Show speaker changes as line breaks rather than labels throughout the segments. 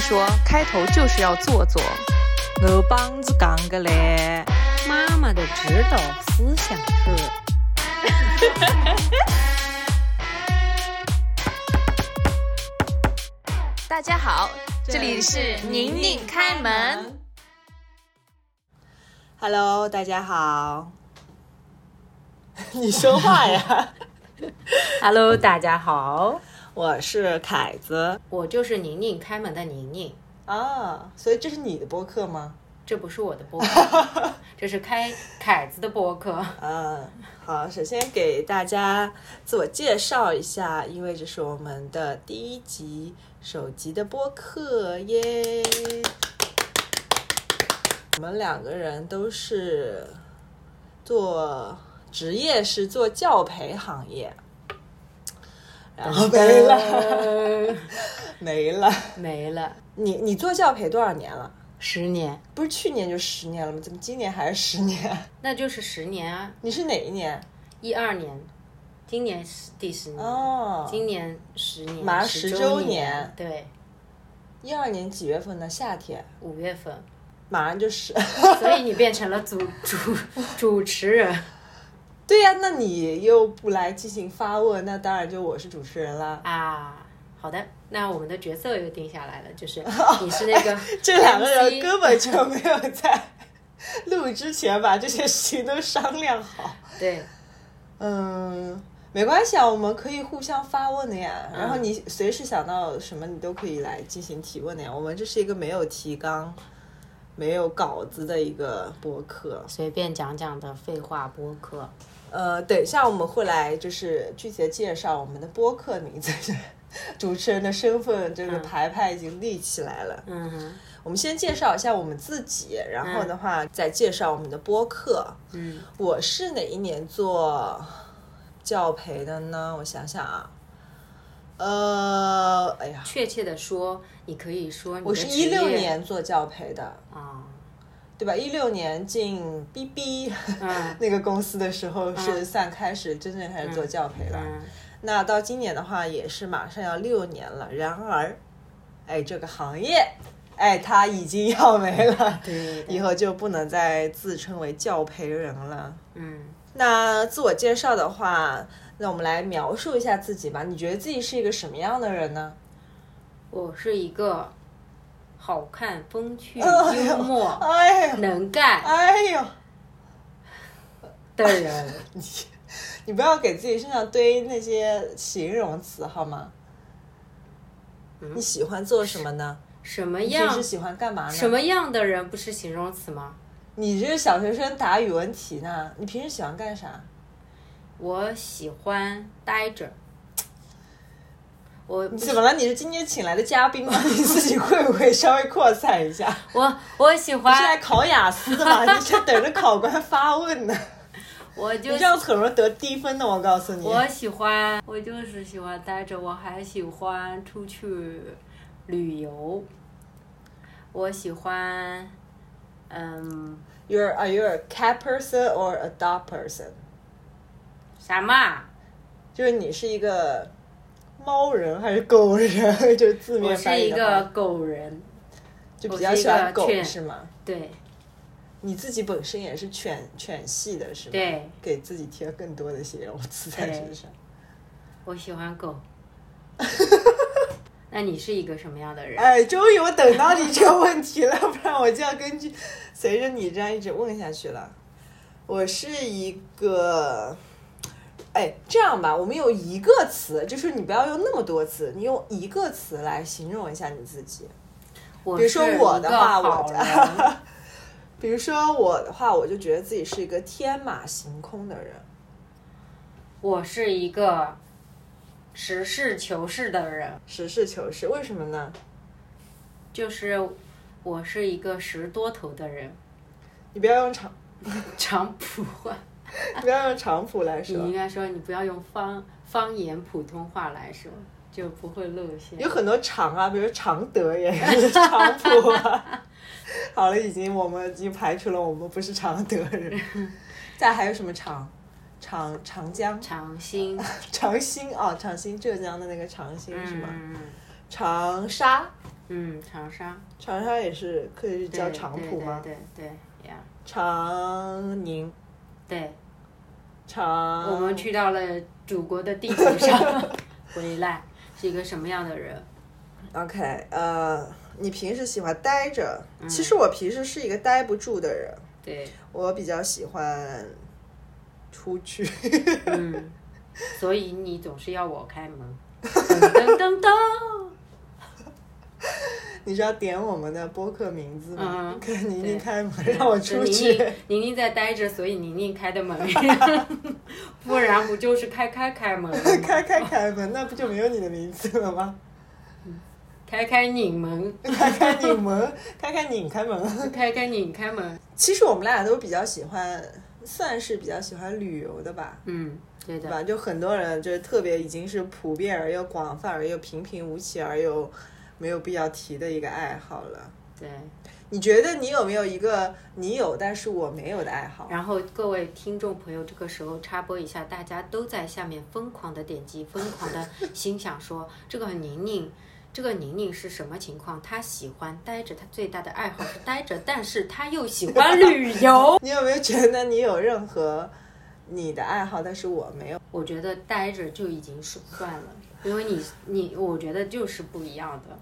说，开头就是要做做。
我帮子讲个嘞，
妈妈的指导思想是。
大家好，这里是宁宁开门。。
Hello，大家好。 你说话呀！
Hello，大家好，
我是凯子
我就是宁宁开门的宁宁，
啊，所以这是你的播客吗？
这不是我的播客，这是开凯子的播客。
嗯，好，首先给大家自我介绍一下，因为这是我们的第一集首集的播客耶。我们两个人都是做职业是做教培行业，然后 没了，没了。
没了，
你你做教培多少年了？
十年，
不是去年就十年了吗？怎么今年还是十年？
那就是十年啊，
你是哪一年？
一二年，今年是第十年，
哦，
今年十年，
马上
十
10周年
对，
一二年几月份呢？夏天，
五月份，
马上就十。
所以你变成了主 主主持人。
对呀、那你又不来进行发问，那当然就我是主持人啦。
啊，好的，那我们的角色又定下来了，就是你是那个
这两个人
MC
根本就没有在录之前把这些事情都商量好。
对，
嗯，没关系啊，我们可以互相发问的呀。然后你随时想到什么，你都可以来进行提问的呀。我们这是一个没有提纲、没有稿子的一个博客。
随便讲讲的废话播客，
呃，等一下我们会来就是具体的介绍我们的播客名字， 主持人的身份这个牌牌已经立起来了。
嗯哼，
我们先介绍一下我们自己，然后的话再介绍我们的播客。
嗯，
我是哪一年做教培的呢？我想想啊，呃，哎呀，
确切的说，你可以说你
我
的
是
职
一六
业
年做教培的，
啊，
对吧？一六年进 BB
嗯
那个公司的时候是算开始真正开始做教培了。
嗯，
那到今年的话，也是马上要六年了。然而，哎，这个行业，哎，它已经要没了，
对，
以后就不能再自称为教培人了。
嗯，
那自我介绍的话，那我们来描述一下自己吧。你觉得自己是一个什么样的人呢？
我是一个好看、风趣、幽 默、
哎呦，
能干
哎呦，
的人，
你不要给自己身上堆那些形容词好吗？
嗯
你喜欢做什么呢？
什么
你平
样
时喜欢干嘛呢？
什么样的人不是形容词吗？
你这是小学生答语文题呢？你平时喜欢干啥？
我喜欢待着，我
你怎么了？你是今天请来的嘉 宾吗？你自己会不会稍微扩散一下？
我我喜
你是来
欢，
考雅思的吗？ 你是等着考官发问呢？
我
你
就
这样子很容易得低分的，我告诉你。
我喜欢，我就是喜欢待着，我还喜欢出去旅游，我喜欢，嗯，
You're are you a cat person or a dog person？
什么？
就是你是一个猫人还是狗人？ 就是字
我
面
是
翻
一
译的话
个狗人，
就
我
比
是
较喜欢
一个
狗
犬
是吗？
对
你自己本身也是犬犬系的是吗？
对，
给自己贴更多的形容词在身上。
我喜欢 狗。那你是一个什么样的人？
哎，终于我等到你这个问题了，不然我就要根据随着你这样一直问下去了。我是一个，哎，这样吧，我们用一个词，就是你不要用那么多词，你用一个词来形容一下你自己。
我
比如说
是
我
一
的
个
话我
好人，
比如说我的话，我就觉得自己是一个天马行空的人。
我是一个实事求是的人，
实事求是，为什么呢？
就是我是一个十多头的人，
你不要用长，
长普话。
你不要用长谱来
你
说
应，该说你不要用方方言普通话来说，就不会露馅。
有很多长啊，比如常德也 是长谱 啊。好了，已经我们已经排除了我们不是常德人。 再还有什么长？长长江、
长 兴
哦长兴啊、长兴浙江的那个长兴是吗？
嗯，
长沙，
嗯，长沙
长沙也是可以叫
对
长
对
浦吗？
对对对呀，
长宁，
对，
长
我们去到了祖国的地图 上，回来是一个什么样的人？
OK，呃，你平时喜欢待着，其实我平时是一个待不住的人，
对，
我比较喜欢出去。
嗯，所以你总是要我 开门，噔噔噔噔，
你知道点我们的播客名字吗？
嗯
给宁
对
宁开门让我
是
出
宁
去。
宁宁宁在待着，所以宁宁开的门， 不然不就是开开开 门了吗？
开开开门，那不就没有你的名字了吗？
开开拧门，
开开拧门，开开拧开门。
开开拧开门。
其实我们俩都比较喜欢，算是比较喜欢旅游的吧，
嗯，对
对
的，
吧？就很多人就是特别已经是普遍而又广泛而又平平无奇而又没有必要提的一个爱好了。
对。
你觉得你有没有一个你有但是我没有的爱好？
然后各位听众朋友，这个时候插播一下，大家都在下面疯狂的点击，疯狂的心想说，这个宁宁，这个宁宁是什么情况？她喜欢待着，她最大的爱好是待着，但是她又喜欢旅游。
你有没有觉得你有任何你的爱好，但是我没有？
我觉得待着就已经是算了，因为你你，我觉得就是不一样的。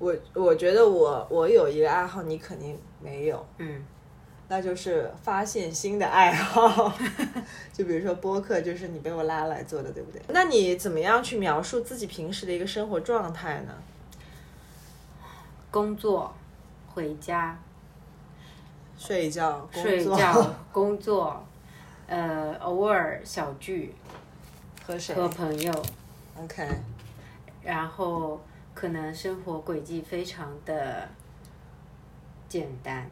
我我觉得我我有一个爱好，你肯定没有，
嗯，
那就是发现新的爱好。就比如说播客，就是你被我拉来做的，对不对？那你怎么样去描述自己平时的一个生活状态呢？
工作，回家，
睡觉、工
睡
作
觉，工作，呃，偶尔小聚
和谁
和朋友。
？OK，
然后可能生活轨迹非常的简单，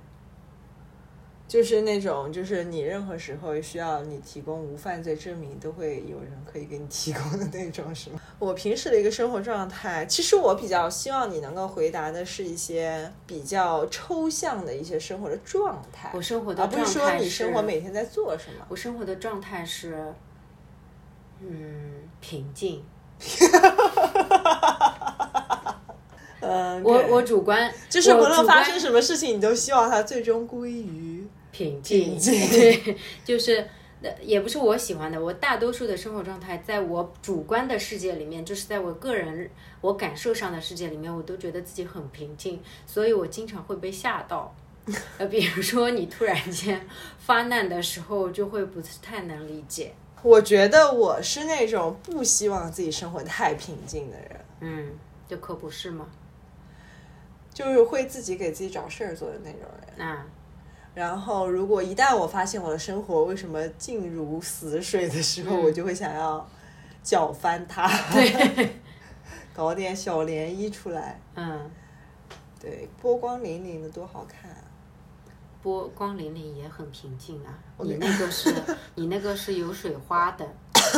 就是那种，就是你任何时候需要你提供无犯罪证明，都会有人可以给你提供的那种，是吗？ 我平时的一个生活状态，其实我比较希望你能够回答的是一些比较抽象的一些生活的状态，
我生活的
而不
状
是
态
说你生活每天在做什么。
我生活的状态是，嗯，平静。
嗯，
呃我
对
我主观
就是无
我
论
主
发
观
生什么事情，你都希望它最终归于
平静，
平静
对，就是。呃也不是我喜欢的，我大多数的生活状态，在我主观的世界里面，就是在我个人我感受上的世界里面，我都觉得自己很平静，所以我经常会被吓到。 呃，比如说你突然间发难的时候，就会不是太能理解。
我觉得我是那种不希望自己生活太平静的人，
嗯，这可不是吗？
就是会自己给自己找事儿做的那种人。
啊，
然后，如果一旦我发现我的生活为什么静如死水的时候，
嗯
我就会想要搅翻它，
对，
搞点小涟漪出来，
嗯，
对，波光粼粼的多好看啊、
波光粼粼也很平静啊。
我
你
明
那个是， 你那个是有水花的。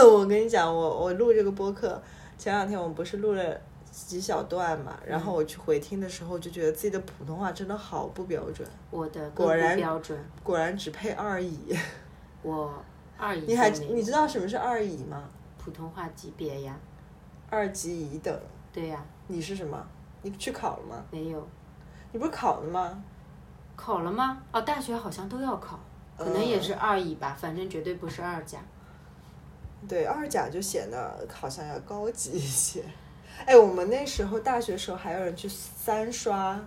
我跟你讲，我我录这个播客，前两天我们不是录了几小段嘛，
嗯
然后我去回听的时候，就觉得自己的普通话真的好不标准，
我的
果
更不
然
标准，
果然只配二乙。
我二乙
你还
都没有
你知道什么是二乙吗？
普通话级别呀？
二级乙等，
对呀、
你是什么？你去考了吗？
没有
你不是考了吗？
考了吗？哦，大学好像都要考，
呃
可能也是二乙吧，反正绝对不是二甲。
对，二甲就显得好像要高级一些。 哎，我们那时候大学时候还有人去三刷，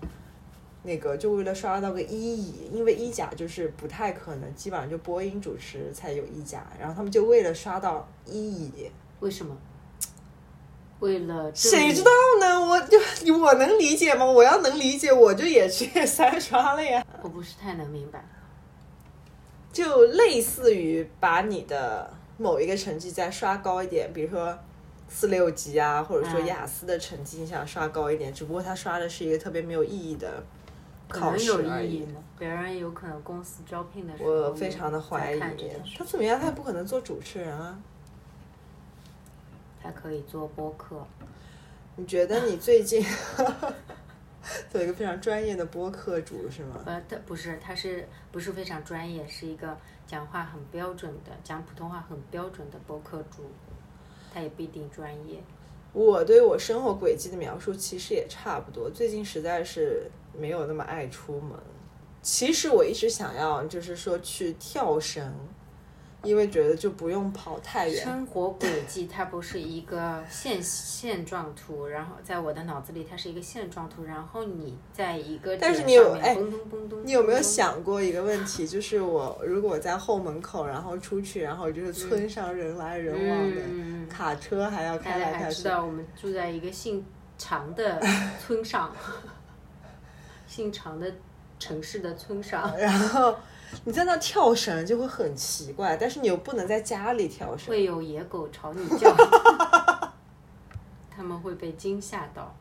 那个就为了刷到个一乙，因为一甲就是不太可能，基本上就播音主持才有一甲，然后他们就为了刷到一乙，
为什么？为了证
谁
明
知道呢？我就我能理解吗？我要能理解，我就也去 三刷了呀。
我不是太能明白。
就类似于把你的某一个成绩再刷高一点，比如说四六级啊，或者说
嗯
雅思的成绩，你想刷高一点，只不过他刷的是一个特别没有意义的
可
考
能
试
有
而
意
已
义。呢，别人有可能公司招聘的时候，
我非常的怀疑
看这件，事
他怎么样？他也不可能做主持人啊。
还可以做播客，
你觉得你最近 做一个非常专业的播客主是吗？
呃，他不是，他是不是非常专业，是一个讲话很标准的，讲普通话很标准的播客主，他也不一定专业。
我对我生活轨迹的描述其实也差不多。最近实在是没有那么爱出门。其实我一直想要，就是说去跳绳，因为觉得就不用跑太远。
生活轨迹它不是一个线线状图，然后在我的脑子里它是一个线状图，然后你在一个
但是
点
你有
上面
哎
蹦咚蹦咚，
你有没有
蹦咚？
想过一个问题？就是我如果在后门口，然后出去，然后就是村上人来人往的，
嗯，
卡车还要
大
开
家
来
还
开去，
知道我们住在一个姓常的村上， 姓常的城市的村上，
然后你在那跳绳就会很奇怪，但是你又不能在家里跳绳。
会有野狗朝你叫，他们会被惊吓到，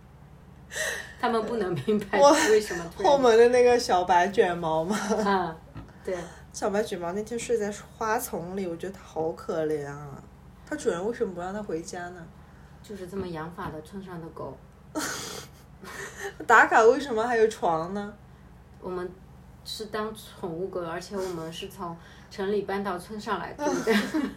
他们不能明白
我
为什么突然
后门的那个小白卷毛嘛，
啊，对，
小白卷毛那天睡在花丛里，我觉得它好可怜啊。它主人为什么不让它回家呢？
就是这么养法的村上的狗。
打卡为什么还有床呢？
我们是当宠物狗，而且我们是从城里搬到村上来住
嗯
的。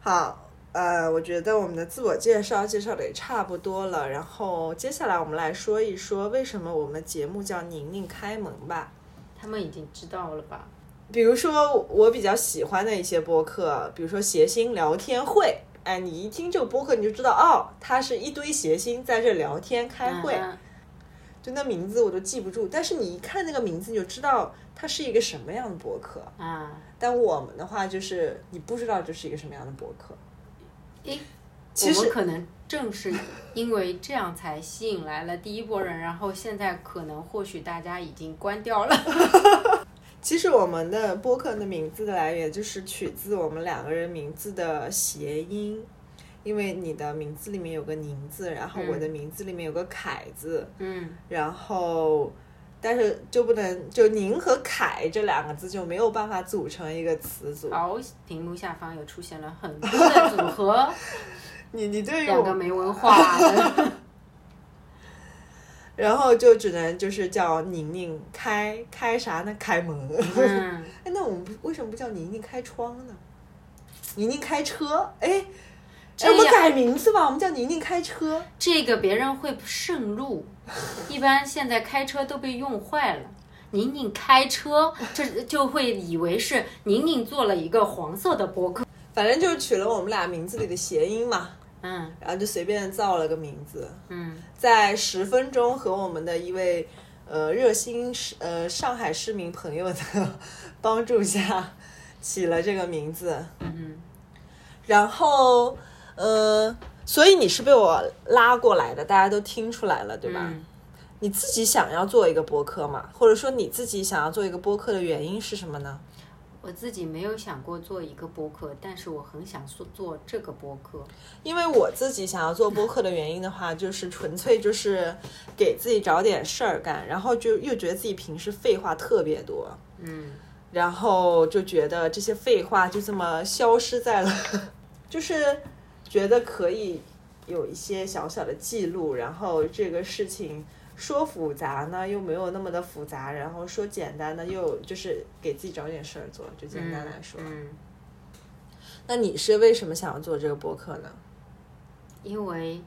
好，呃，我觉得我们的自我介绍介绍的也差不多了，然后接下来我们来说一说为什么我们的节目叫“宁宁开门”吧。
他们已经知道了吧？
比如说我比较喜欢的一些播客，比如说谐星聊天会，哎，你一听这个播客你就知道，哦，它是一堆谐星在这聊天开会，
嗯
就那名字我都记不住，但是你一看那个名字你就知道它是一个什么样的播客。
啊，
但我们的话就是你不知道这是一个什么样的播客，
诶，
其
我们
实
可能正是因为这样才吸引来了第一波人，然后现在可能或许大家已经关掉了。
其实我们的播客的名字的来源就是取自我们两个人名字的谐音，因为你的名字里面有个宁字，然后我的名字里面有个凯字，
嗯，
然后但是就不能就宁和凯这两个字就没有办法组成一个词组。
好，屏幕下方又出现了很多的组 合，
你你对于
两
我
个
们，
没文化 的。
然后就只能就是叫宁宁开开啥呢？开门。
嗯，
哎，那我们不为什么不叫宁宁开窗呢？宁宁开车，哎，哎，我
这
们
样
改名字吧，我们叫宁宁开车。
这个别人会渗入，一般现在开车都被用坏了。宁宁开车，这就会以为是宁宁做了一个黄色的博客。
反正就是取了我们俩名字里的谐音嘛，
嗯
然后就随便造了个名字，
嗯，
在十分钟和我们的一位呃热心市呃上海市民朋友的帮助下起了这个名字。
嗯，
然后呃，所以你是被我拉过来的，大家都听出来了，对吧？
嗯
你自己想要做一个播客嘛，或者说你自己想要做一个播客的原因是什么呢？
我自己没有想过做一个博客，但是我很想做做这个博客。
因为我自己想要做播客的原因的话，就是纯粹就是给自己找点事儿干，然后就又觉得自己平时废话特别多，
嗯，
然后就觉得这些废话就这么消失在了， 就是觉得可以有一些小小的记录，然后这个事情说复杂呢又没有那么的复杂，然后说简单呢又就是给自己找点事儿做，就简单来说。
嗯，
那你是为什么想要做这个播客呢？
因为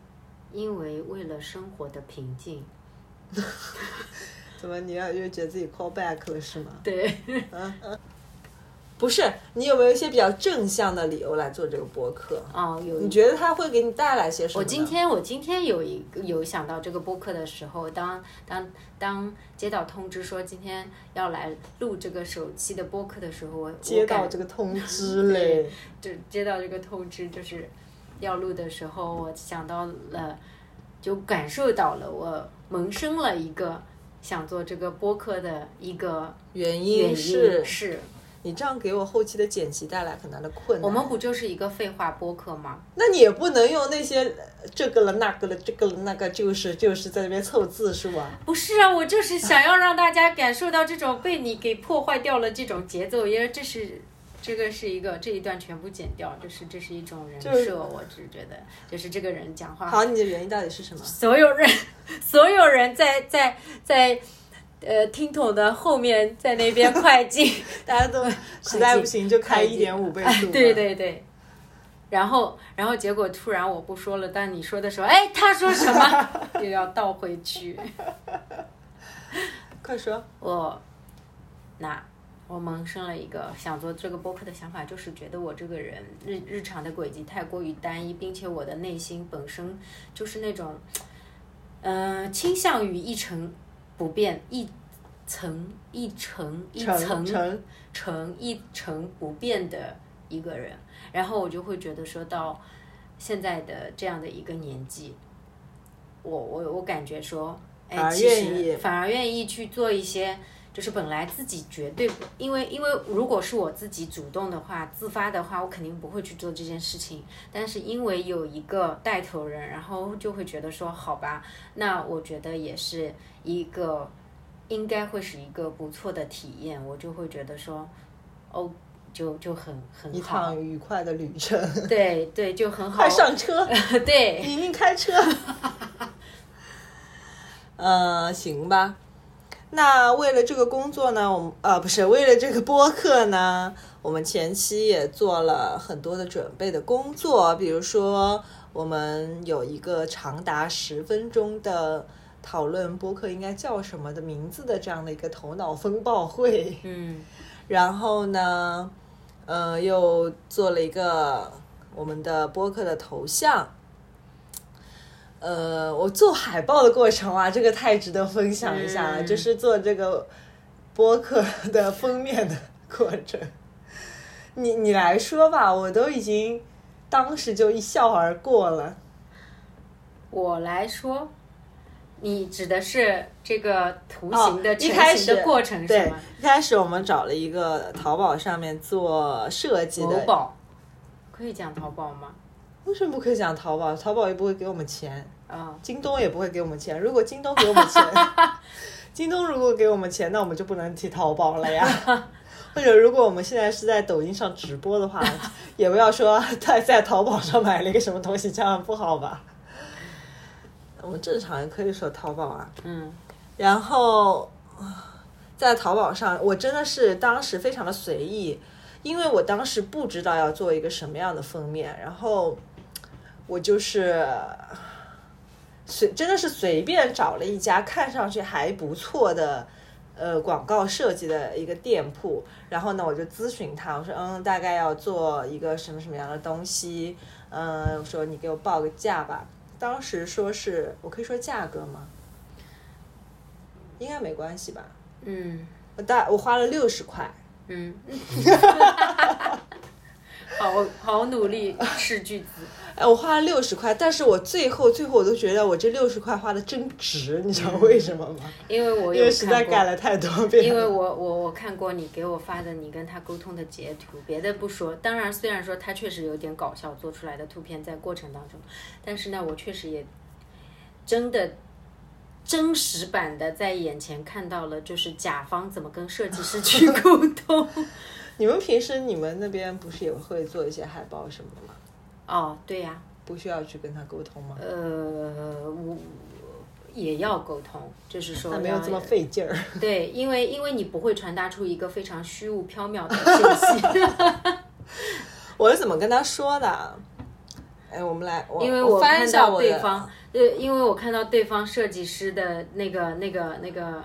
因为为了生活的平静，
怎么你要又觉得自己 call back 了是吗？嗯
对，
不是，你有没有一些比较正向的理由来做这个播客？
哦，有一
你觉得它会给你带来些什么呢？
我今天我今天有一个有想到这个播客的时候，当当当接到通知说今天要来录这个首期的播客的时候，我
接到这
个
个 通知嘞，
就接到这个通知就是要录的时候，我想到了，就感受到了，我萌生了一个想做这个播客的一个
原
原
因
因
是
是
你这样给我后期的剪辑带来很大的困难。
我们不就是一个废话播客吗？
那你也不能用那些呃这个了那个了这个了那个，就是就是在那边凑字数啊。
不是啊，我就是想要让大家感受到这种被你给破坏掉了这种节奏，因为这是这个是一个这一段全部剪掉，就是这是一种人设，
就是
我只觉得就是这个人讲话，
好，你的原因到底是什么？
所有人所有人在在在呃听筒的后面在那边快进，
大家都实在不行就开
快
一
进
点五倍
哎
速嘛。
对对对。然后，然后结果突然我不说了，但你说的时候，哎，他说什 么又要倒回去。
快说，
我那我萌生了一个想做这个播客的想法，就是觉得我这个人日日常的轨迹太过于单一，并且我的内心本身就是那种，呃，倾向于一成不变，一层一层一
成
层
成
成一成不变的一个人，然后我就会觉得说到现在的这样的一个年纪，我我我感觉说，哎，
反而
其实
愿意
反而愿意去做一些，就是本来自己绝对不，因为因为如果是我自己主动的话，自发的话，我肯定不会去做这件事情。但是因为有一个带头人，然后就会觉得说，好吧，那我觉得也是一个，应该会是一个不错的体验，我就会觉得说，哦，就就很
一
很好
趟，愉快的旅程，
对对，就 很好
快，上车，
对，
宁宁开车。呃，行吧。那为了这个工作呢，我们呃不是为了这个播客呢，我们前期也做了很多的准备的工作，比如说我们有一个长达十分钟的讨论播客应该叫什么的名字的这样的一个头脑风暴会，
嗯
然后呢，呃，又做了一个我们的播客的头像。呃，我做海报的过程啊，这个太值得分享一下了，
嗯
就是做这个播客的封面的过程。 你你来说吧，我都已经当时就一笑而过了。
我来说，你指的是这个图形的
哦一
成
开
型
始
的过程是
对
吗？，
一开始我们找了一个淘宝上面做设计
淘
的，
宝可以讲淘宝吗？
为什么不可以讲淘宝？淘宝也不会给我们钱。
啊、
京东也不会给我们钱。如果京东给我们钱， 京东如果给我们钱，那我们就不能提淘宝了呀。 或者，如果我们现在是在抖音上直播 的话，也不要说在在淘宝上买了一个什么东西，这样不好吧？我们正常也可以说淘宝啊。
嗯
然后啊在淘宝上，我真的是当时非常的随意，因为我当时不知道要做一个什么样的封面，然后我就是随真的是随便找了一家看上去还不错的。呃，广告设计的一个店铺，然后呢，我就咨询他，我说，嗯，大概要做一个什么什么样的东西，嗯，我说你给我报个价吧。当时说是我可以说价格吗？应该没关系吧？
嗯
我大我花了六十块，
嗯， 好好努力是句子，
哎，我花了六十块，但是我最后最后我都觉得我这六十块花的真值，你知道为什么吗？
因为我
因
有
为实在
看
改
过。
了太多遍了，
因为我我我看过你给我发的你跟他沟通的截图，别的不说，当然虽然说他确实有点搞笑做出来的图片在过程当中，但是呢，我确实也真的真实版的在眼前看到了，就是甲方怎么跟设计师去沟通。
你们平时你们那边不是也会做一些海报什么的吗？
哦，对呀、
不需要去跟他沟通吗？
呃，我也要沟通，就是说
那没有
让
这么费劲 儿。
对，因为因为你不会传达出一个非常虚无缥缈的信息。
我是怎么跟他说的？哎，我们来，我
因为
我翻一
看
下
到
我
对
的，
方，呃，因为我看到对方设计师的那个、那个、那个，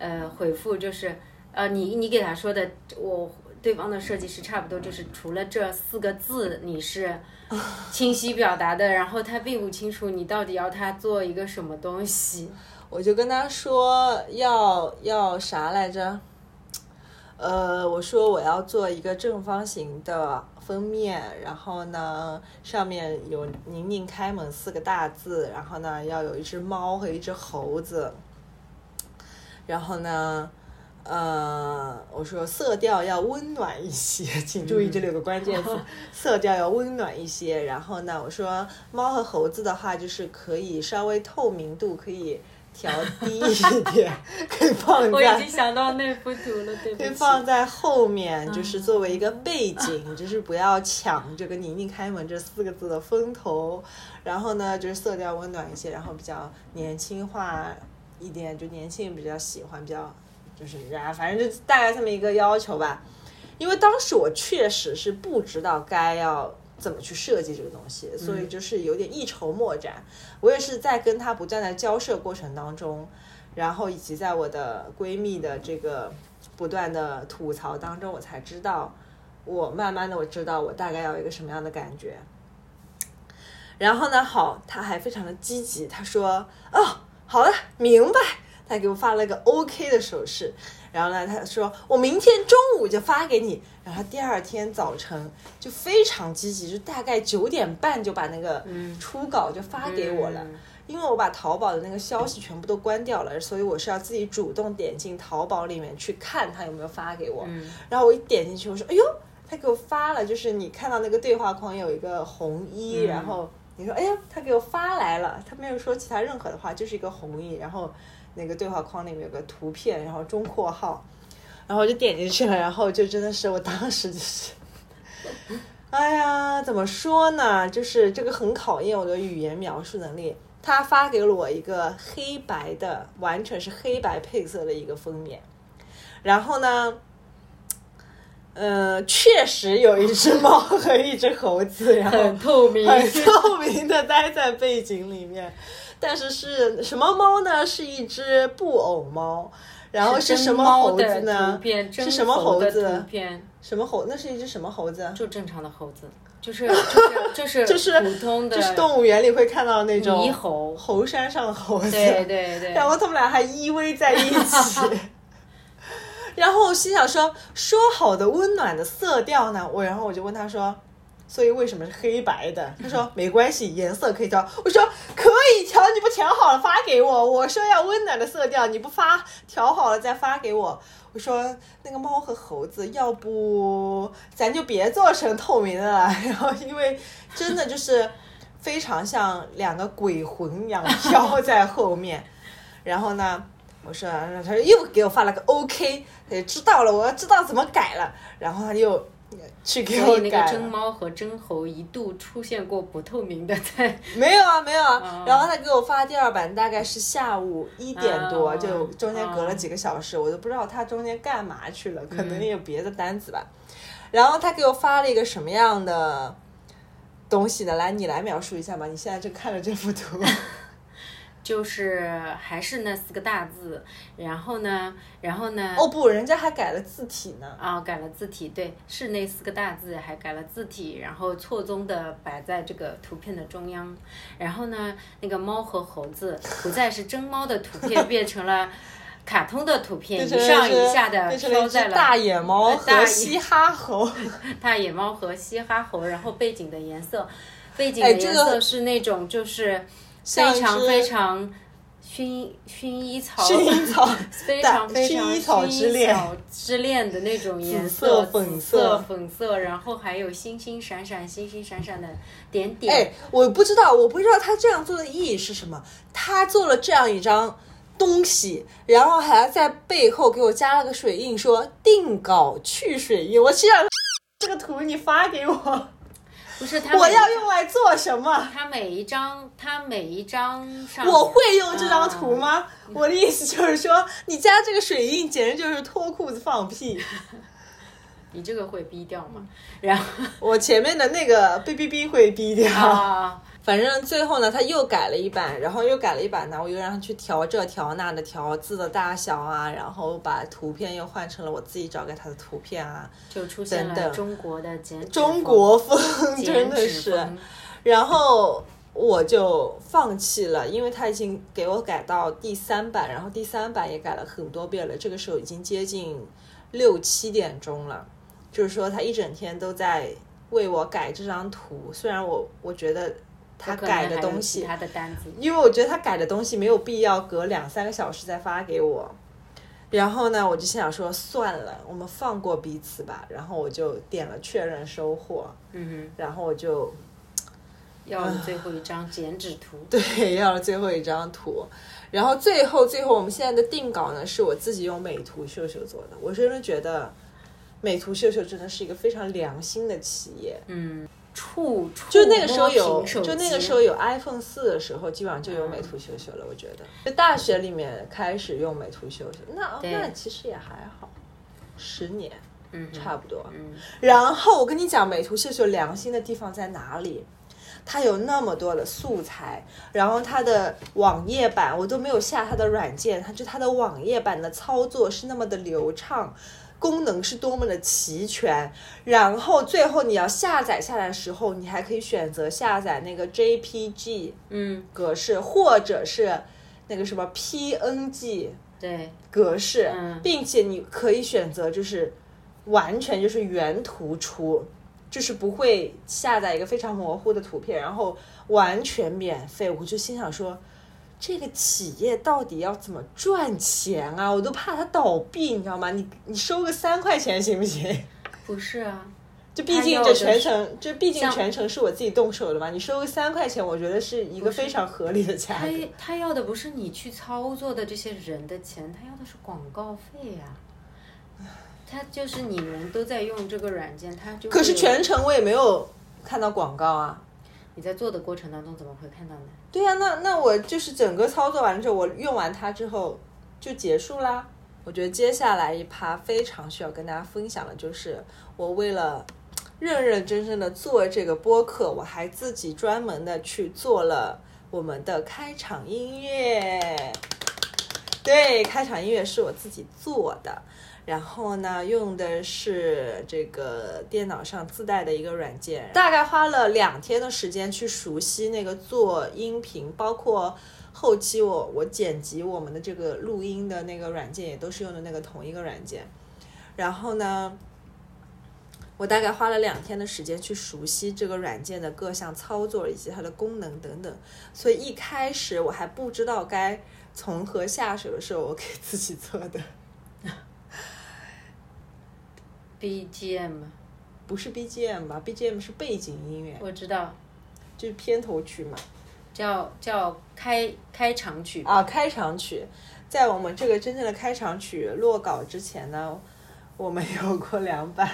呃，回复就是，呃，你你给他说的，我对方的设计师差不多就是除了这四个字你是 清晰表达的，然后他并不清楚你到底要他做一个什么东西。
我就跟他说要要啥来着？呃，我说我要做一个正方形的封面，然后呢，上面有“宁宁开门”四个大字，然后呢，要有一只猫和一只猴子，然后呢，呃，我说色调要温暖一些， 请注意这六个关键 词，色调要温暖一些。然后呢，我说猫和猴子的话，就是可以稍微透明度可以调低一点，可以放在
我已经想到那幅图了，对不
可以
起。
放在后面，就是作为一个背景，就是不要抢这个“宁宁开门”这四个字的风头。然后呢，就是色调温暖一些，然后比较年轻化，一点，就年轻人比较喜欢，比较就是啊，反正就大概这么一个要求吧。因为当时我确实是不知道该要怎么去设计这个东西，所以就是有点一筹莫展。我也是在跟他不断的交涉过程当中，然后以及在我的闺蜜的这个不断的吐槽当中，我才知道，我慢慢的我知道我大概要一个什么样的感觉。然后呢，好，他还非常的积极，他说：“哦，好了，明白。”他给我发了个 OK 的手势，然后呢，他说：“我明天中午就发给你。”然后第二天早晨就非常积极，就大概九点半就把那个初稿就发给我了。
嗯
因为我把淘宝的那个消息全部都关掉了，所以我是要自己主动点进淘宝里面去看他有没有发给我。然后我一点进去，我说：“哎呦，他给我发了！”就是你看到那个对话框有一个红衣，然后你说：“哎呀，他给我发来了。”他没有说其他任何的话，就是一个红衣，然后那个对话框里面有个图片，然后中括号，然后我就点进去了，然后就真的是我当时就是。 哎呀，怎么说呢？就是这个很考验我的语言描述能力。他发给了我一个黑白的，完全是黑白配色的一个封面，然后呢，呃，确实有一只猫和一只猴子，然后
很透明，
很透明的待在背景里面。但是是什么猫呢？是一只布偶猫。然后是什么猴子
真猫的图
呢？
片
是什么猴
真的
子啊
图？片
什么猴？那是一只什么猴子？
就正常的猴子，就是就 是就是
就是
普通的，
就是动物园里会看到那种
猕猴
猴山上的猴子。
对对对，
然后他们俩还依偎在一起。然后我心想说，说好的温暖的色调呢？我然后我就问他说，所以为什么是黑白的？他说没关系，颜色可以调。我说可以调，你不调好了发给我。我说要温暖的色调，你不发调好了再发给我。我说那个猫和猴子，要不咱就别做成透明的了。 然后因为真的就是非常像两个鬼魂一样飘在后面。 然后呢，我说，他说又给我发了个 OK，他就知道了，我知道怎么改了。然后他又去给
所
我
以那
改
个
了
真猫和真猴一度出现过不透明的在，
没有啊，没有啊
哦。
然后他给我发第二版，大概是下午一点多，
哦
就中间隔了几个小时，我都不知道他中间干嘛去了，可能有别的单子吧。然后他给我发了一个什么样的东西呢？来，你来描述一下吧。你现在正看着这幅图，
就是还是那四个大字，然后呢，然后呢，
哦不，人家还改了字体呢。
啊、改了字体，对，是那四个大字，还改了字体，然后错综的摆在这个图片的中央。然后呢，那个猫和猴子不再是真猫的图片，变成了卡通的图
变
片，一
成了
上
只
一下的
变成了
飘
一只
在
大
了
野猫
大
和
野
嘻哈 猴，
大野猫和嘻哈猴，然后背景的颜色，背景
哎
的
这
颜
个
色是那种就是
像
非
一
常
只
非常薰衣薰衣草。
薰衣草，
非
大
常非常
薰衣草之恋
薰衣草之恋的那种颜
色
色，
粉
紫
色
色、粉色，然后还有星星闪闪、星星闪闪的点点。
哎，我不知道，我不知道他这样做的意义是什么。他做了这样一张东西，然后还在背后给我加了个水印，说定稿去水印。我心想， 这个图你发给我，
不是他每，
我要用来做什么？
他每一张，他每一张上，
我会啊用这张图吗？我的意思就是说，你加这个水印，简直就是脱裤子放屁。
你这个会逼掉吗？然后
我前面的那个哔哔哔会逼掉。
啊，
反正最后呢，他又改了一版，然后又改了一版呢，我又让他去调这调那的，调字的大小啊，然后把图片又换成了我自己找给他的图片啊，
就出现
等
了
等
中国的剪纸风
中国风
剪
真的
纸
是，
风
然后我就放弃了，因为他已经给我改到第三版，然后第三版也改了很多遍了，这个时候已经接近六七点钟了，就是说他一整天都在为我改这张图，虽然我我觉得他
可能
改的
还有
东
其
西。
他的单子，
因为我觉得他改的东西没有必要隔两三个小时再发给我。然后呢，我就心想说算了，我们放过彼此吧。然后我就点了确认收货，
嗯
然后我就
哼，要了最后一张剪纸图，
对 要了最后一张图。然后最后最后我们现在的定稿呢，是我自己用美图秀秀做的。我真的觉得美图秀秀真的是一个非常良心的企业，
嗯，触触
就那个时候
摸
有，
屏手
就那
机
个时候有 iPhone 四的时候，基本上就有美图秀秀了。我觉得，就大学里面开始用美图秀秀，那
对
那其实也还好，十年
嗯
差不多。
嗯
然后我跟你讲，美图秀秀良心的地方在哪里？它有那么多的素材，然后它的网页版我都没有下它的软件，它就它的网页版的操作是那么的流畅，功能是多么的齐全。然后最后你要下载下来的时候，你还可以选择下载那个 JPG
嗯
格式，或者是那个什么 PNG
对
格式，
嗯
并且你可以选择就是完全就是原图出，就是不会下载一个非常模糊的图片，然后完全免费。我就心想说，这个企业到底要怎么赚钱啊？我都怕它倒闭，你知道吗？你你收个三块钱行不行？
不是啊，
就毕竟
还有
这
就是
全程，这毕竟
像
全程是我自己动手的嘛，你收个三块钱，我觉得是一个非常合理的价
他
格。
他要的不是你去操作的这些人的钱，他要的是广告费呀、他就是你们都在用这个软件，他就
可是
会有
全程我也没有看到广告啊。
你在做的过程当中怎么会看到呢？
对呀、那那我就是整个操作完之后，我用完它之后就结束啦。我觉得接下来一趴非常需要跟大家分享的就是，我为了认认真真的做这个播客，我还自己专门的去做了我们的开场音乐。对，开场音乐是我自己做的，然后呢，用的是这个电脑上自带的一个软件，大概花了两天的时间去熟悉那个做音频，包括后期我我剪辑我们的这个录音的那个软件也都是用的那个同一个软件，然后呢。我大概花了两天的时间去熟悉这个软件的各项操作以及它的功能等等，所以一开始我还不知道该从何下手的时候，我给自己做的
BGM，
不是 BGM 吧？BGM 是背景音乐，
啊我知道，
就是片头曲嘛。
叫叫开开场曲，
啊，开场曲，在我们这个真正的开场曲落稿之前呢，我们 有过两版。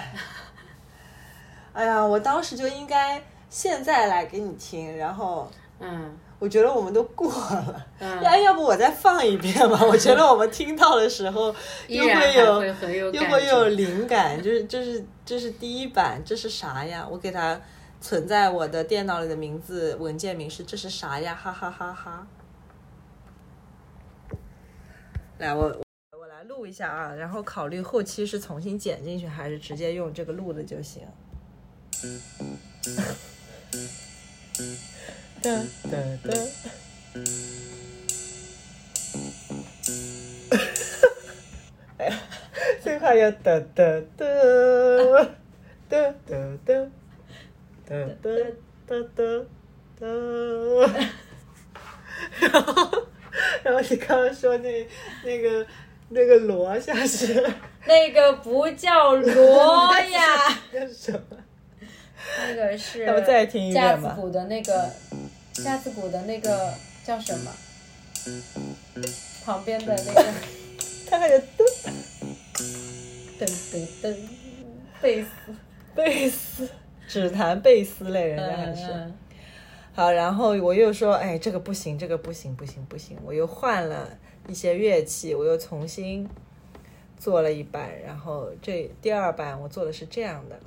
哎呀，我当时就应该现在来给你听，然后
嗯
我觉得我们都过了。
嗯，
哎，要不我再放一遍吧？我觉得我们听到的时候
依
又
然
会
还
有
会很有
又
感
会有
觉，
灵感，就是就是这是第一版，这是啥呀？我给它存在我的电脑里的名字文件名是这是啥呀？哈哈哈哈！来，我我来录一下啊，然后考虑后期是重新剪进去，还是直接用这个录的就行。
嗯
哒哒哒。最后要哒哒哒哒哒哒哒哒哒哒哒，然后然后你刚刚说那那个那个锣下去了，
那个不叫罗 呀，
那是什么？
那个是
那我再听一
架
遍
子
吧。
鼓的那个架子鼓的那个叫什么？旁边的那个
它还有嘟
噔噔噔贝斯，
贝斯，只弹贝斯类，人
嗯
家还是。
嗯，
好，然后我又说，哎，这个不行，这个不行，不行，不行，我又换了一些乐器，我又重新做了一版，然后这第二版我做的是这样的。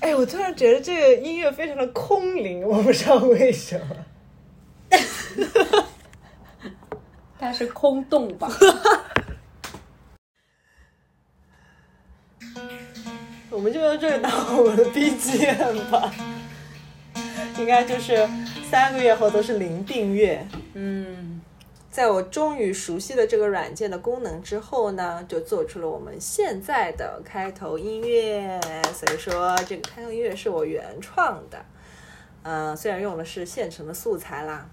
哎，我突然觉得这个音乐非常的空灵，我不知道为什么。
它是空洞吧？
我们就用这个当我们的 BGM 吧，应该就是三个月后都是零订阅。
嗯，
在我终于熟悉了这个软件的功能之后呢，就做出了我们现在的开头音乐。所以说，这个开头音乐是我原创的，呃，虽然用的是现成的素材啦。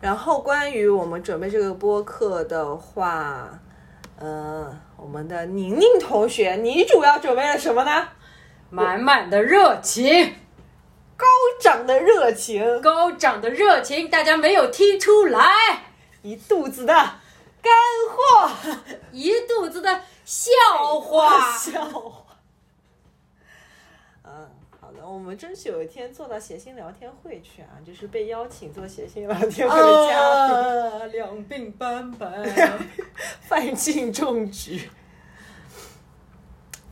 然后关于我们准备这个播客的话，呃，我们的宁宁同学，你主要准备了什么呢？
满满的热情，
高涨的热情，
高涨的热情，大家没有听出来。
一肚子的干货，。
一肚子的笑话
笑话。嗯，好的，我们争取有一天做到谐星聊天会去啊，就是被邀请做谐星聊天会的嘉宾，
啊，两鬓斑白。
范进中举。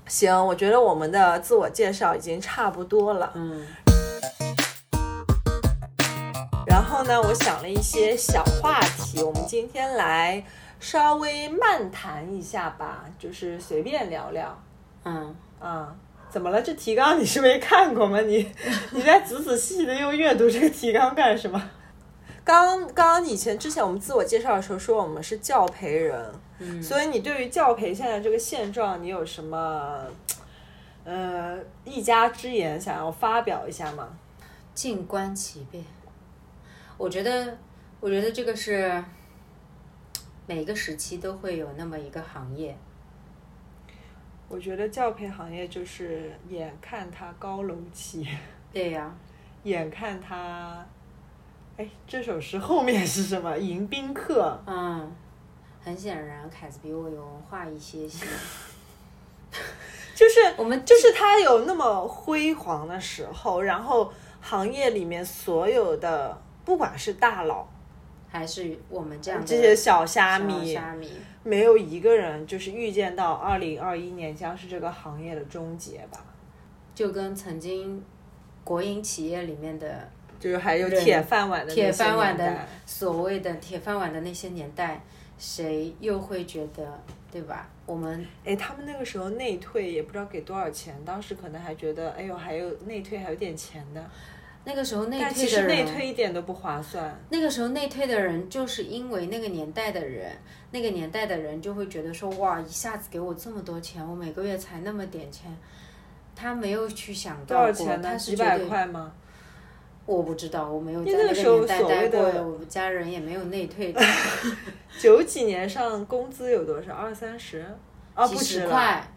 行，我觉得我们的自我介绍已经差不多了。
嗯，
然后呢，我想了一些小话题，我们今天来稍微漫谈一下吧，就是随便聊聊
嗯，
啊。怎么了？这提纲你是没看过吗？你 你在仔仔细细的又阅读这个提纲干什么？ 刚刚以前之前我们自我介绍的时候说我们是教培人，
嗯
所以你对于教培现在这个现状，你有什么呃一家之言想要发表一下吗？
静观其变。我觉得，我觉得这个是每一个时期都会有那么一个行业。
我觉得教培行业就是眼看它高楼起，
对呀、
眼看它，哎，这首诗后面是什么？迎宾客。
嗯，很显然，凯子比我有文化一些些。
就是
我们
就是它有那么辉煌的时候，然后行业里面所有的，不管是大佬，
还是我们这样的
这些小虾米，
小虾米，
没有一个人就是预见到二零二一年将是这个行业的终结吧。
就跟曾经国营企业里面的
就是还有
人
铁饭碗的那些
铁饭
年
碗的
代
所谓的铁饭碗的那些年代，谁又会觉得对吧？我们
哎，他们那个时候内退也不知道给多少钱，当时可能还觉得，哎呦，还有内退还有点钱的，
那个时候内
但其
退
实
的
内
人，
退一点都不划算。
那个时候内退的人，就是因为那个年代的人，那个年代的人就会觉得说，哇，一下子给我这么多钱，我每个月才那么点钱，他没有去想
多少
到过，
钱呢？
他
几
是
百
觉得
块吗？
我不知道，我没有在
因为那个
个
时候
年代
所谓
待过
的，
我们家人也没有内退，
九几年上工资有多少？二三十？啊，
几
不止
十
了，
块，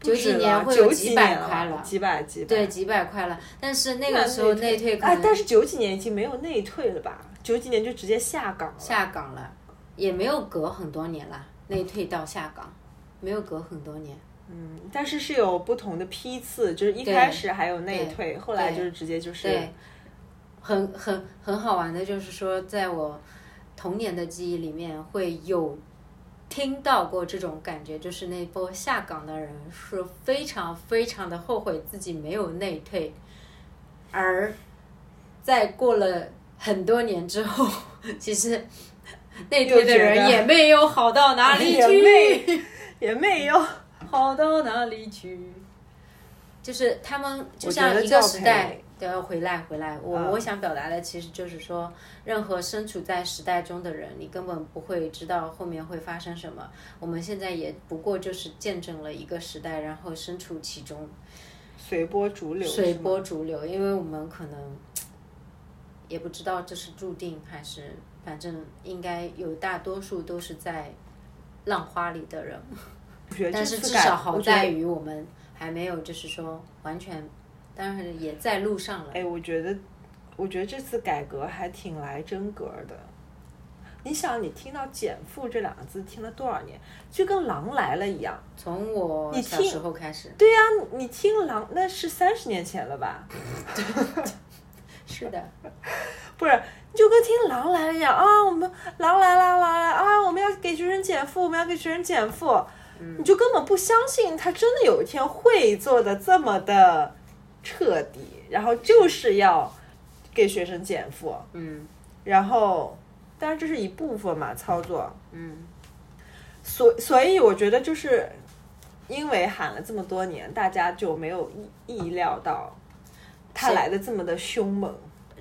不
九
止
几
了
年会有
九
几
几
百
年
块了
几百几百。
对，，几百块了。但是那个时候内退可
哎，
能
但是九几年已经没有内退了吧？九几年就直接下岗了。
下岗了，也没有隔很多年了，内退到下岗，没有隔很多年。
嗯，但是是有不同的批次，就是一
对
开始还有内
对
退，后来
对
就是直接就是
对，很很很好玩的，就是说，在我童年的记忆里面会有听到过这种感觉，就是那波下岗的人是非常非常的后悔自己没有内退，而在过了很多年之后， 其实内退的
又觉
人
得
也没有好到哪 里
也
去。
没 也没有。
好到哪里去？就是他们就
我觉
像
得
一
教
个
培
时代都要回来回来。我、
嗯
我想表达的其实就是说，任何身处在时代中的人，你根本不会知道后面会发生什么。我们现在也不过就是见证了一个时代，然后身处其中，
随波逐流，
随
是吗
波逐流。因为我们可能也不知道这是注定还是，反正应该有大多数都是在浪花里的人。
我觉得
但
这
是
次
至
改
少好
我觉得
在于我们还没有，就是说完全，当然也在路上了。
哎，我觉得，我觉得这次改革还挺来真格儿的。你想，你听到“减负”这两个字听了多少年，就跟“狼来了”一样。
从我
你
小
听
时候开始，
对呀、你听“狼”那是三十年前了吧？
是的，
不是，你就跟听“狼来了”一样啊！我们“狼来了，狼来了”啊！我们要给学生减负，我们要给学生减负。
嗯
你就根本不相信他真的有一天会做的这么的彻底，然后就是要给学生减负。
嗯
然后，当然这是一部分嘛操作，
嗯，
所所以我觉得就是因为喊了这么多年，大家就没有意意料到它
是
来的这么的凶猛。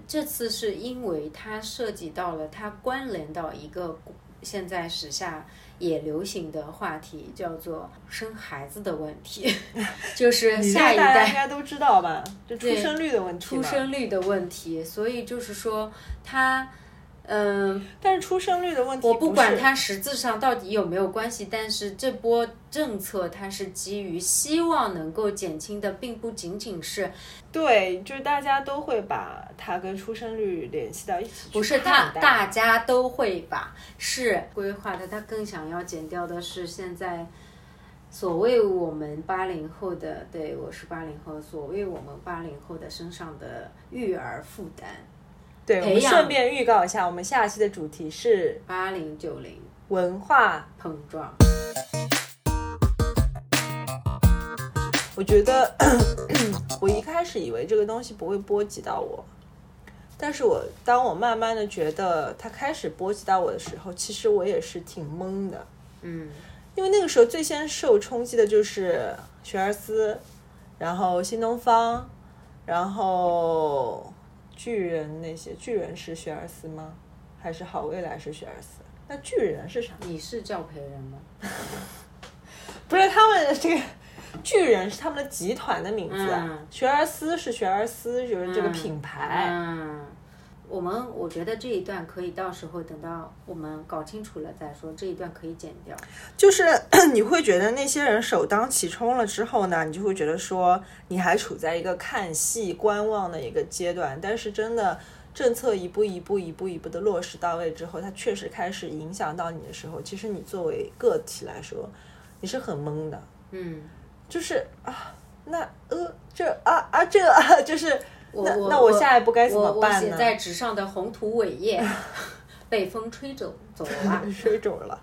这次是因为它涉及到了，它关联到一个现在时下也流行的话题，叫做生孩子的问题， 就是
你这
下一
大家
代
应该都知道吧？就出
对
生率的问题
出
嘛。
生率的问题，所以就是说，它嗯、
但是出生率的问题，
我不管它实质上到底有没有关系，但是这波政策它是基于希望能够减轻的，并不仅仅是
对，就是大家都会把它跟出生率联系到一起去看待，
不是大大家都会把是规划的，它更想要减掉的是现在所谓我们八零后的，对我是八零后，所谓我们八零后的身上的育儿负担，
对，我
培
们
养
顺便预告一下，我们下期的主题是
八零九零
文化。
碰撞。
我觉得我一开始以为这个东西不会波及到我，但是我当我慢慢的觉得它开始波及到我的时候，其实我也是挺懵的，
嗯，
因为那个时候最先受冲击的就是学而思，然后新东方，然后巨人那些，巨人是学而思吗？还是好未来是学而思？那巨人是啥？
你是教培人吗？
不是他们这个 巨人是他们的集团的名字啊，
嗯
学而思是学而思，就是这个
嗯
品牌。
嗯，我们我觉得这一段可以到时候等到我们搞清楚了再说，这一段可以剪掉。
就是 你会觉得那些人首当其冲了之后呢，你就会觉得说你还处在一个看戏观望的一个阶段，但是真的。政策一步一步、一步一步的落实到位之后，它确实开始影响到你的时候，其实你作为个体来说，你是很懵的，
嗯，
就是啊，那呃这啊啊这啊，就是
我
那
我
那我下一步该怎么办
我
呢
我写在纸上的宏图伟业被风吹走走啊 了。
吹肿了，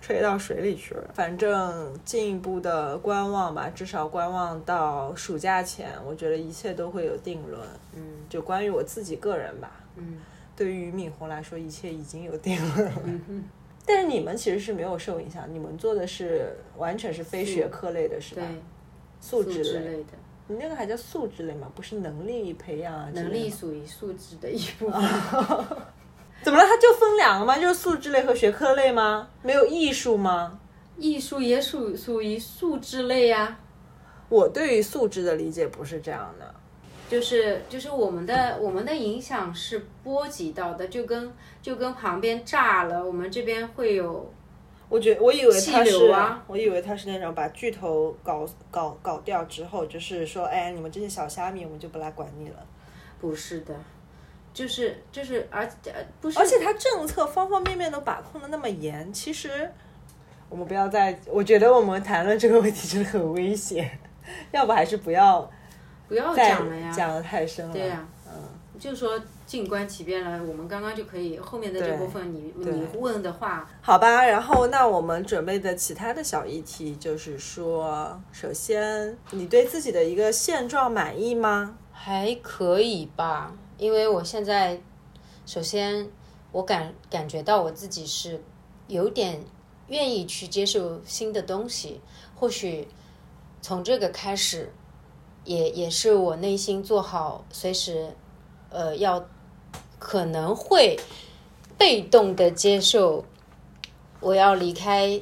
吹到水里去了。反正进一步的观望吧，至少观望到暑假前，我觉得一切都会有定论。
嗯
就关于我自己个人吧，
嗯，
对于俞敏洪来说，一切已经有定论了。但是你们其实是没有受影响，你们做的是完全是非学科类的，是吧
对？，
素
素
质
质
类，
类的
你那个还叫素质类吗？不是能力培养啊之类的吗？
能力属于素质的一部分。
怎么了？它就分两个吗？就是素质类和学科类吗？没有艺术吗？
艺术也属属于素质类啊呀、
我对于素质的理解不是这样的。
就是就是我们的我们的影响是波及到的，就跟就跟旁边炸了，我们这边会有
我觉我以为他
气
是
流，啊
我以为他是那种把巨头搞搞搞掉之后，就是说，哎，你们这些小虾米，我们就不来管你了。
不是的，就是就是而呃不是，
而且他政策方方面面都把控的那么严，其实我们不要再，我觉得我们谈论这个问题真的很危险， 要不还是不要
不要
再
讲了呀，
讲的太深了。
对呀、就说静观其变了。我们刚刚就可以后面的这
对
部分你
对
你问的话，
好吧，然后那我们准备的其他的小议题就是说，首先你对自己的一个现状满意吗？
还可以吧，因为我现在首先我感感觉到我自己是有点愿意去接受新的东西，或许从这个开始，也也是我内心做好随时呃要可能会被动的接受，我要离开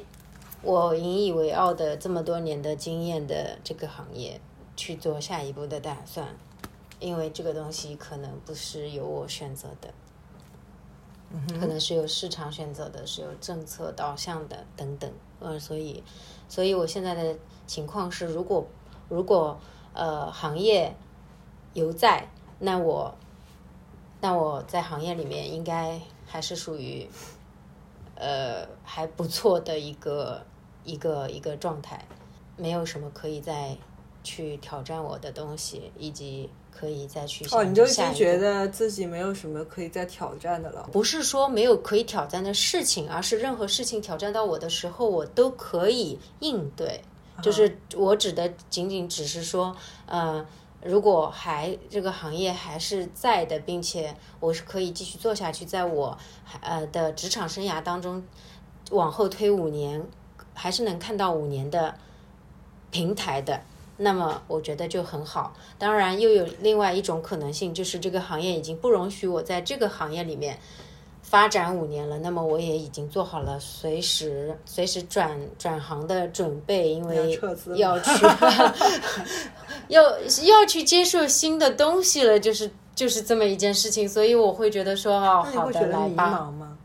我引以为傲的这么多年的经验的这个行业。去做下一步的打算，因为这个东西可能不是由我选择的，可能是由市场选择的，是由政策导向的等等。嗯，所以，所以我现在的情况是，如果如果呃行业犹在，那我那我在行业里面应该还是属于呃还不错的一个一个一个状态，没有什么可以再去挑战我的东西，以及可以再去
哦，
想
你就已
下
经
一
觉
步
得自己没有什么可以再挑战的了。
不是说没有可以挑战的事情，而是任何事情挑战到我的时候，我都可以应对。就是我指的仅仅只是说，呃，如果还这个行业还是在的，并且我是可以继续做下去，在我呃的职场生涯当中，往后推五年，还是能看到五年的平台的。那么我觉得就很好。当然，又有另外一种可能性，就是这个行业已经不容许我在这个行业里面发展五年了。那么我也已经做好了随时随时转转行的准备，因为
要撤资吗
要去要要去接受新的东西了，就是。就是这么一件事情，所以我会觉得说，哦，
那你
好
会觉
的，
得
来
迷
吧。
茫吗？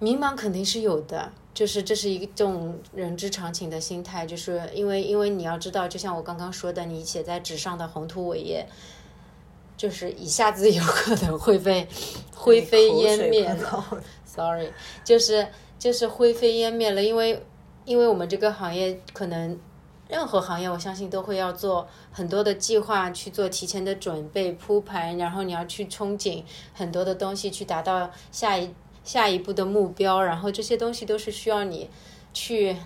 迷茫肯定是有的，就是这是一种人之常情的心态，就是因为因为你要知道，就像我刚刚说的，你写在纸上的宏图伟业，就是一下子有可能会被灰飞烟灭
口水喷到我
Sorry，就是就是灰飞烟灭了，因为因为我们这个行业可能任何行业，我相信都会要做很多的计划去做提前的准备铺排，然后你要去憧憬很多的东西，去达到下一下一步的目标，然后这些东西都是需要你去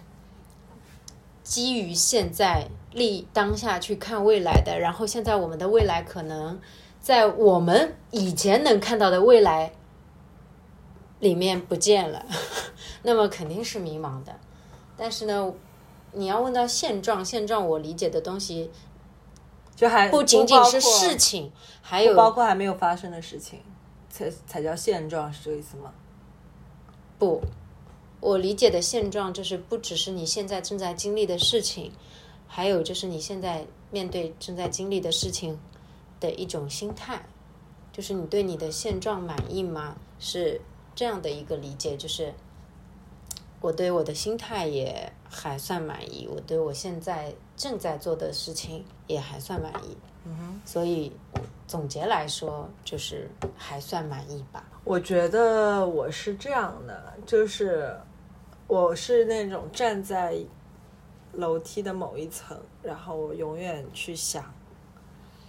基于现在立当下去看未来的，然后现在我们的未来可能在我们以前能看到的未来里面不见了， 那么肯定是迷茫的。但是呢，你要问到现状，现状我理解的东西
就还
不仅仅
包
是
括
事情，还
不包
有
括还没有发生的事情，才才叫现状，是这个意思吗？
不，我理解的现状就是不只是你现在正在经历的事情，还有就是你现在面对正在经历的事情的一种心态，就是你对你的现状满意吗？是这样的一个理解，就是我对我的心态也还算满意，我对我现在正在做的事情也还算满意。嗯哼，所以总结来说就是还算满意吧。
我觉得我是这样的，就是我是那种站在楼梯的某一层，然后我永远去想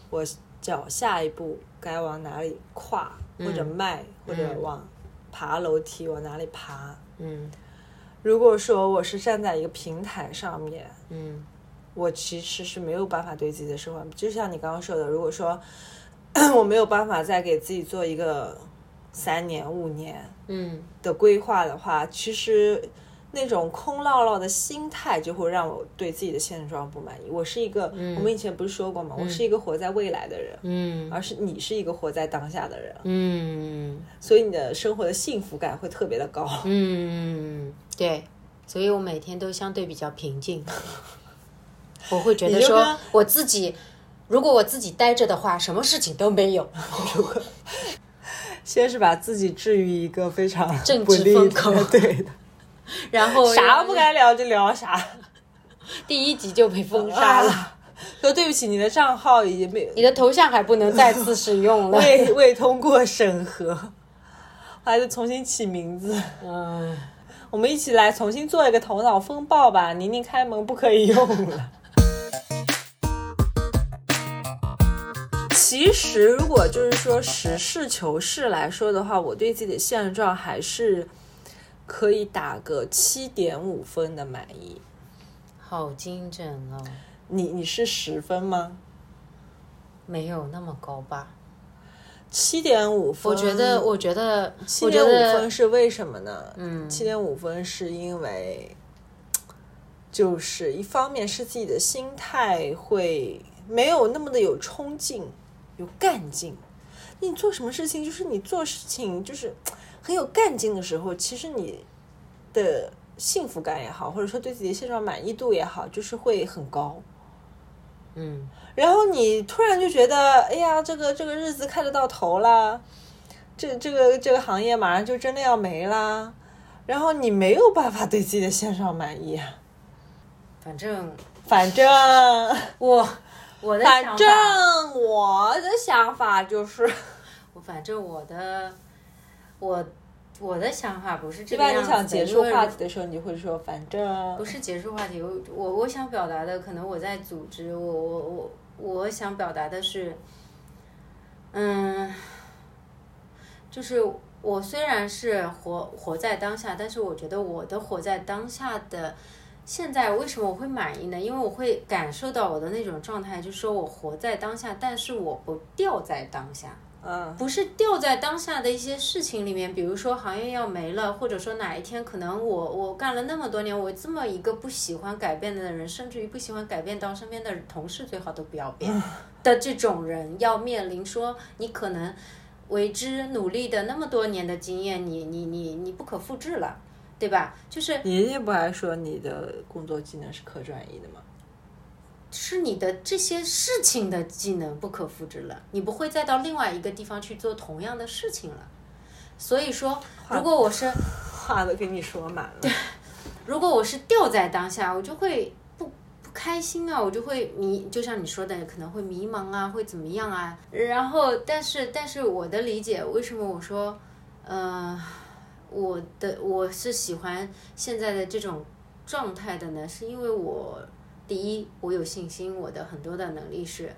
我脚下一步该往哪里跨，或
嗯
者迈，或者往爬楼梯往哪里爬。
嗯
如果说我是站在一个平台上面，
嗯
我其实是没有办法对自己的生活，就像你刚刚说的，如果说 我没有办法再给自己做一个三年五年
嗯
的规划的话，其实那种空落落的心态就会让我对自己的现状不满意。我是一个，我们以前不是说过吗？我是一个活在未来的人，
嗯
而是你是一个活在当下的人，
嗯
所以你的生活的幸福感会特别的高。
嗯，对，所以我每天都相对比较 平静。我会觉
你
得
就
说
跟
我自己，如果我自己待着的话，什么事情都 没有，
先是把自己置于一个非常
政
不
治
利
风
的
口，
对的，
然后
啥都不该聊就聊啥。
第一集就被封杀了，
啊。说对不起，你的账号已经被
你的头像还不能再次使用了。
未未通过审核，还得重新起名字。
嗯，
我们一起来重新做一个头脑风暴吧。宁宁开门不可以用了。其实，如果就是说实事求是来说的话，我对自己的现状还是可以打个七点五分的满意。
好精准哦，
你你是十分吗？
没有那么高吧？
嗯七点五分，
我觉得，我觉得，
七
我觉
点五分
得，
是为什么呢？
嗯
七点五分是因为，就是一方面是自己的心态会没有那么的有冲劲、有干劲。你做什么事情，就是你做事情就是很有干劲的时候，其实你的幸福感也好，或者说对自己的现状满意度也好，就是会很高。
嗯
然后你突然就觉得，哎呀，这个这个日子看得到头啦，这这个这个行业马上就真的要没啦，然后你没有办法对自己的现状满意，啊
反正
反正
我我的想
反
法
正我的想法就是，
我反正我的，我我的想法不是
一
这个
般
样
你
子
想
的，
结束话
因
题
为
的时候，你就会说反正
不是结束话题，我我我想表达的，可能我在组织，我我我我想表达的是，嗯，就是我虽然是活活在当下，但是我觉得我的活在当下的。现在为什么我会满意呢？因为我会感受到我的那种状态，就是说我活在当下，但是我不掉在当下。
嗯
不是掉在当下的一些事情里面，比如说行业要没了，或者说哪一天可能我我干了那么多年，我这么一个不喜欢改变的人，甚至于不喜欢改变到身边的同事最好都不要变的这种人，要面临说你可能为之努力的那么多年的经验，你你你你不可复制了，对吧？就是
你那天不还说你的工作技能是可转移的吗？
是你的这些事情的技能不可复制了，你不会再到另外一个地方去做同样的事情了。所以说，如果我是
话都跟你说满了。
如果我是掉在当下，我就会不不开心啊，我就会迷，就像你说的，可能会迷茫啊，会怎么样啊。然后，但是但是我的理解，为什么我说，呃，我的我是喜欢现在的这种状态的呢？是因为我第一，我有信心，我的很多的能力是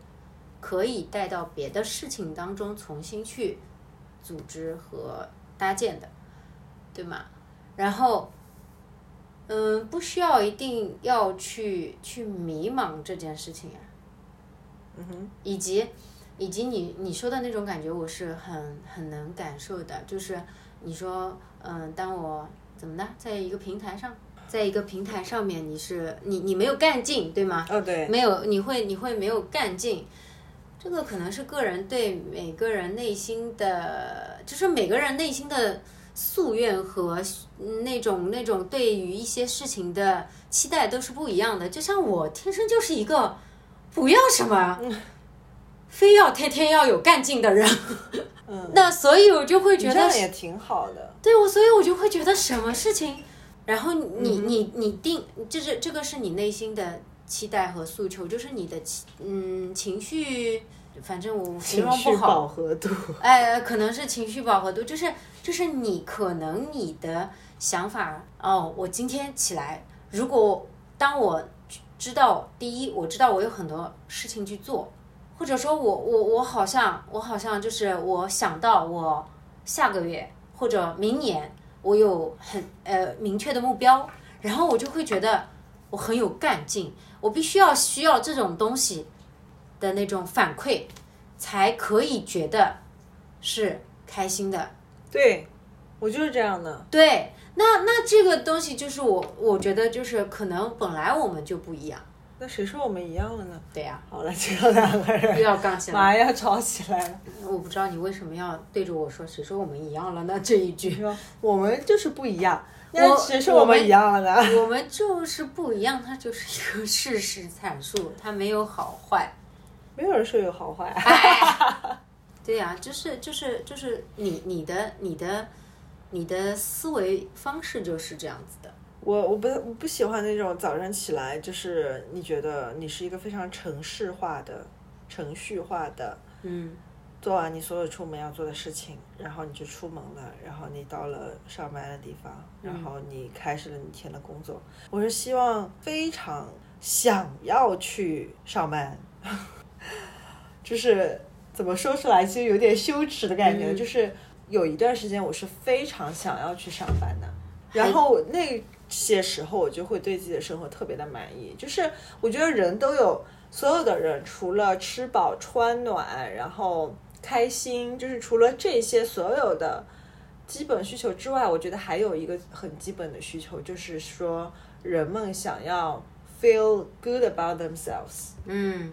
可以带到别的事情当中重新去组织和搭建的，对吗？然后。嗯，不需要一定要去去迷茫这件事情啊，
嗯哼，
以及以及你你说的那种感觉，我是很很能感受的。就是你说，嗯，当我怎么呢，在一个平台上，在一个平台上面，你是你你没有干劲，对吗？
哦对，
没有，你会你会没有干劲。这个可能是个人对每个人内心的，就是每个人内心的夙愿和那种那种对于一些事情的期待都是不一样的。就像我天生就是一个不要 什么，非要天天要有干劲的人，
嗯，
那所以我就会
你
觉
这
得
样也挺好的。
对我，所以我就会觉得什么事情，然后你、
嗯
你你定，这是这个是你内心的期待和诉求，就是你的情嗯情绪，反正我形
情
容不
绪饱
好，
和度，
哎，可能是情绪饱和度，就是就是你可能你的想法哦，我今天起来，如果当我知道第一，我知道我有很多事情去做，或者说我我我好像我好像就是我想到我下个月或者明年我有很呃明确的目标，然后我就会觉得我很有干劲，我必须要需要这种东西的那种反馈，才可以觉得是开心的。
对我就是这样的。
对，那那这个东西就是我我觉得就是可能本来我们就不一样，
那谁说我们一样了呢？
对 呀、
好了，只有两个
又
人，
要杠起来了。
马上要吵起来了。
我不知道你为什么要对着我说“谁说我们一样了呢”这一
你
句，
说我们就是不一样，那
我
谁说我
我
们
们
一样了呢？
我们就是不一样，它就是一个事实阐述，它没有好坏。
没有人说有好坏。
对呀、就是就是就是你你的你的你的思维方式就是这样子的。
我我不我不喜欢那种早上起来就是你觉得你是一个非常程式化的、程序化的，
嗯，
做完你所有出门要做的事情，然后你就出门了，然后你到了上班的地方，然
嗯
后你开始了你一天的工作。我是希望非常想要去上班， 就是怎么说出来其实有点羞耻的感觉，
嗯
就是有一段时间我是非常想要去上班的，然后那些时候我就会对自己的生活特别的满意，就是我觉得人都有，所有的人除了吃饱穿暖，然后开心，就是除了这些所有的基本需求之外，我觉得还有一个很基本的需求，就是说人们想要 feel good about themselves，
嗯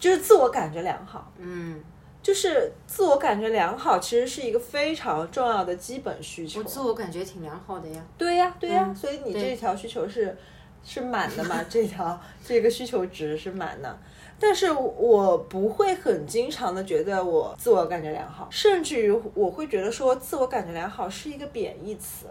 就是自我感觉良好。
嗯，
就是自我感觉良好，其实是一个非常重要的基本需求。
我自我感觉挺良好的呀。
对呀、对呀、
嗯
所以你
对
这条需求是是满的嘛？这条这个需求值是满的，但是我不会很经常的觉得我自我感觉良好，甚至于我会觉得说自我感觉良好是一个贬义词，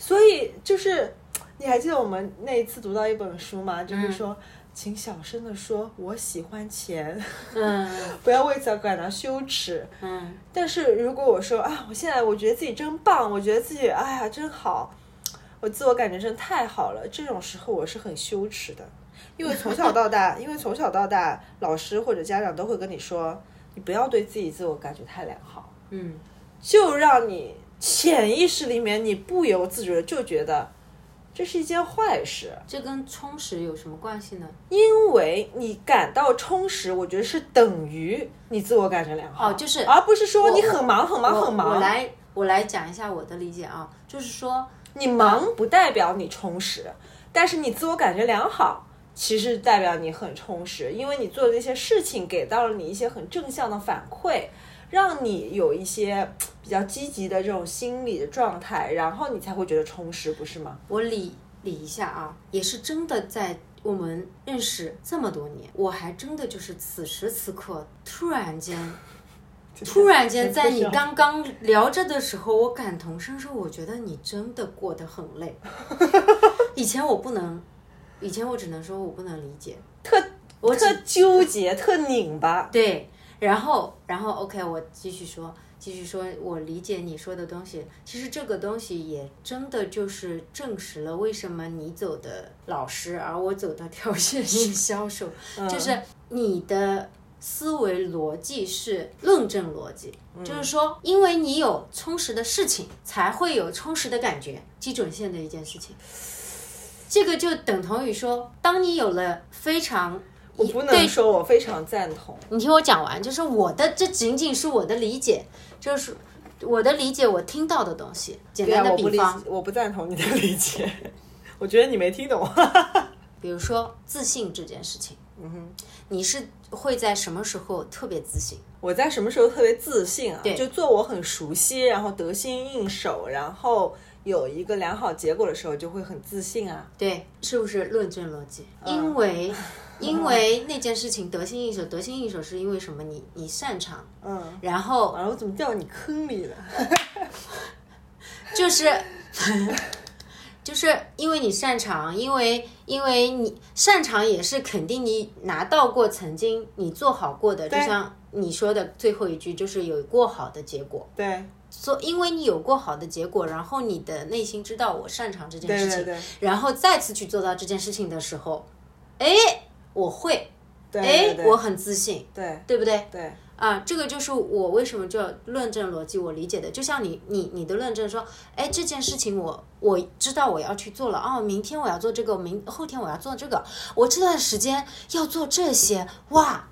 所以就是你还记得我们那一次读到一本书吗？
嗯
就是说。请小声的说，我喜欢钱，
嗯
不要为此而感到羞耻。
嗯
但是如果我说啊，我现在我觉得自己真棒，我觉得自己哎呀真好，我自我感觉真太好了，这种时候我是很羞耻的，因为从小到 大，因为从小到大，老师或者家长都会跟你说，你不要对自己自我感觉太良好，
嗯
就让你潜意识里面你不由自觉地就觉得这是一件坏事，
这跟充实有什么关系呢？
因为你感到充实，我觉得是等于你自我感觉良好，
哦就是
而不是说
我
你很忙很忙
我
很忙，
我来我来讲一下我的理解啊，就是说，
你忙不代表你充实，但是你自我感觉良好，其实代表你很充实，因为你做的这些事情给到了你一些很正向的反馈，让你有一些嘖比较积极的这种心理的状态，然后你才会觉得充实，不是吗？
我理理一下啊，也是真的在我们认识这么多年，我还真的就是此时此刻突 然间。突然间，在你刚刚聊着的时候，我感同身受，我觉得你真的过得很累。 以前我不能，以前我只能说我不能理解。
特
我只
特纠结，特拧巴，
对，然后，然后，OK，我继续说，继续说，我理解你说的东西。其实这个东西也真的就是证实了为什么你走的老师，而我走的条线性销售，就是你的思维逻辑是论证逻辑，就是说，因为你有充实的事情，才会有充实的感觉，基准线的一件事情。这个就等同于说，当你有了非常
我不能
对
说我非常赞同。
你听我讲完，就是我的，这仅仅是我的理解，就是我的理解，我听到的东西。简
对啊
单，的
我不
比
理
方，，
我不赞同你的理解， 我觉得你没听懂。
比如说自信这件事情，嗯哼，你是会在什么时候特别自信？
我在什么时候特别自信啊？
对
就做我很熟悉，然后得心应手，然后有一个良好结果的时候，就会很自信啊。
对，是不是论证逻辑？嗯因 为因为那件事情得心应手，得心应手是因为什么？你你擅长，
嗯，
然后
完了，我怎么掉你坑里了？
就是就是因为你擅长，因为因为你擅长也是肯定你拿到过曾经你做好过的，就像你说的最后一句，就是有过好的结果。
对
所因为你有过好的结果，然后你的内心知道我擅长这件事
对
情，
对对
然后再次去做到这件事情的时候，哎，我会，
对，对
哎，
对
我很自信，
对
对不对？
对
啊，这个就是我为什么叫论证逻辑，我理解的，就像你你你的论证说，哎，这件事情我我知道我要去做了，哦，明天我要做这个，明后天我要做这个，我这段时间要做这些，哇，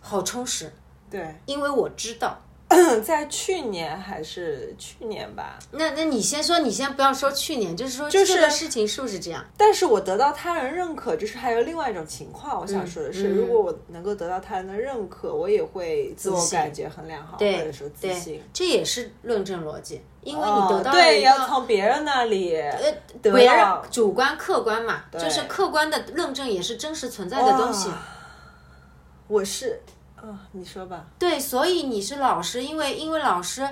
好充实，
对。
因为我知道。
嗯，在去年还是去年吧，
那那你先说，你先不要说去年，就是说
就是
这个事情是不是这样？
但是我得到他人认可，就是还有另外一种情况，我想说的是，
嗯
如果我能够得到他人的认可，我也会自我
自信
感觉很良好，或
对
者说自信。
这也是论证逻辑，因为你
哦
得到了
对，
一个、呃
要从别人那里得
别人
到
主观客观嘛，就是客观的论证也是真实存在的东西。
哇我是，啊，你说吧。
对，所以你是老师，因为因为老师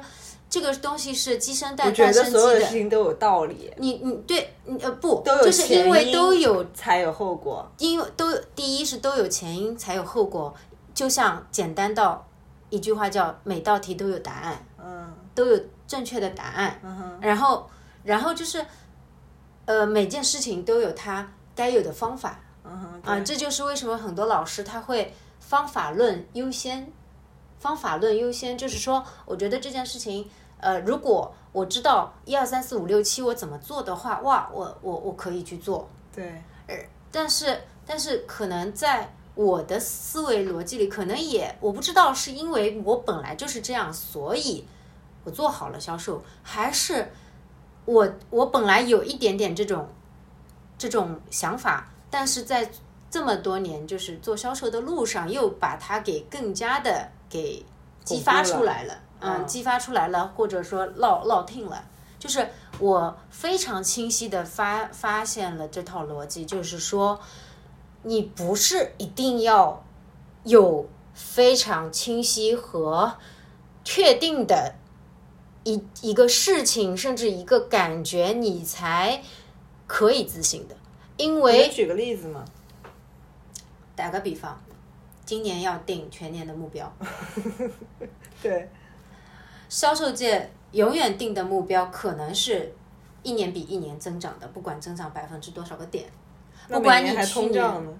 这个东西是鸡生蛋，
我觉
蛋
得
生鸡
所有的
的
事。情都有道理，
你你对你呃不，
都有
就是因
前
为
因
都有
才有后果。
因为都第一是都有前因才有后果，就像简单到一句话叫每道题都有答案，
嗯
都有正确的答案。
嗯哼，
然后，然后就是，呃，每件事情都有它该有的方法
嗯哼，
啊、
对
这就是为什么很多老师他会方法论优先，方法论优先，就是说，我觉得这件事情，呃，如果我知道一二三四五六七我怎么做的话，哇，我我我可以去做，
对，
但是但是可能在。我的思维逻辑里，可能也我不知道是因为我本来就是这样，所以我做好了销售，还是我我本来有一点点这种这种想法，但是在这么多年就是做销售的路上，又把它给更加的给激发
巩固了
出来了，
嗯
嗯，激发出来了，或者说落落听了。就是我非常清晰的发发现了这套逻辑，就是说，你不是一定要有非常清晰和确定的一一个事情，甚至一个感觉，你才可以自信的。因
你能
为
举个例子吗？
打个比方，今年要定全年的目标，
对，
销售界永远定的目标可能是一年比一年增长的，不管增长百分之多少个点。
那
不
每
管
年
你
还
去
通胀呢。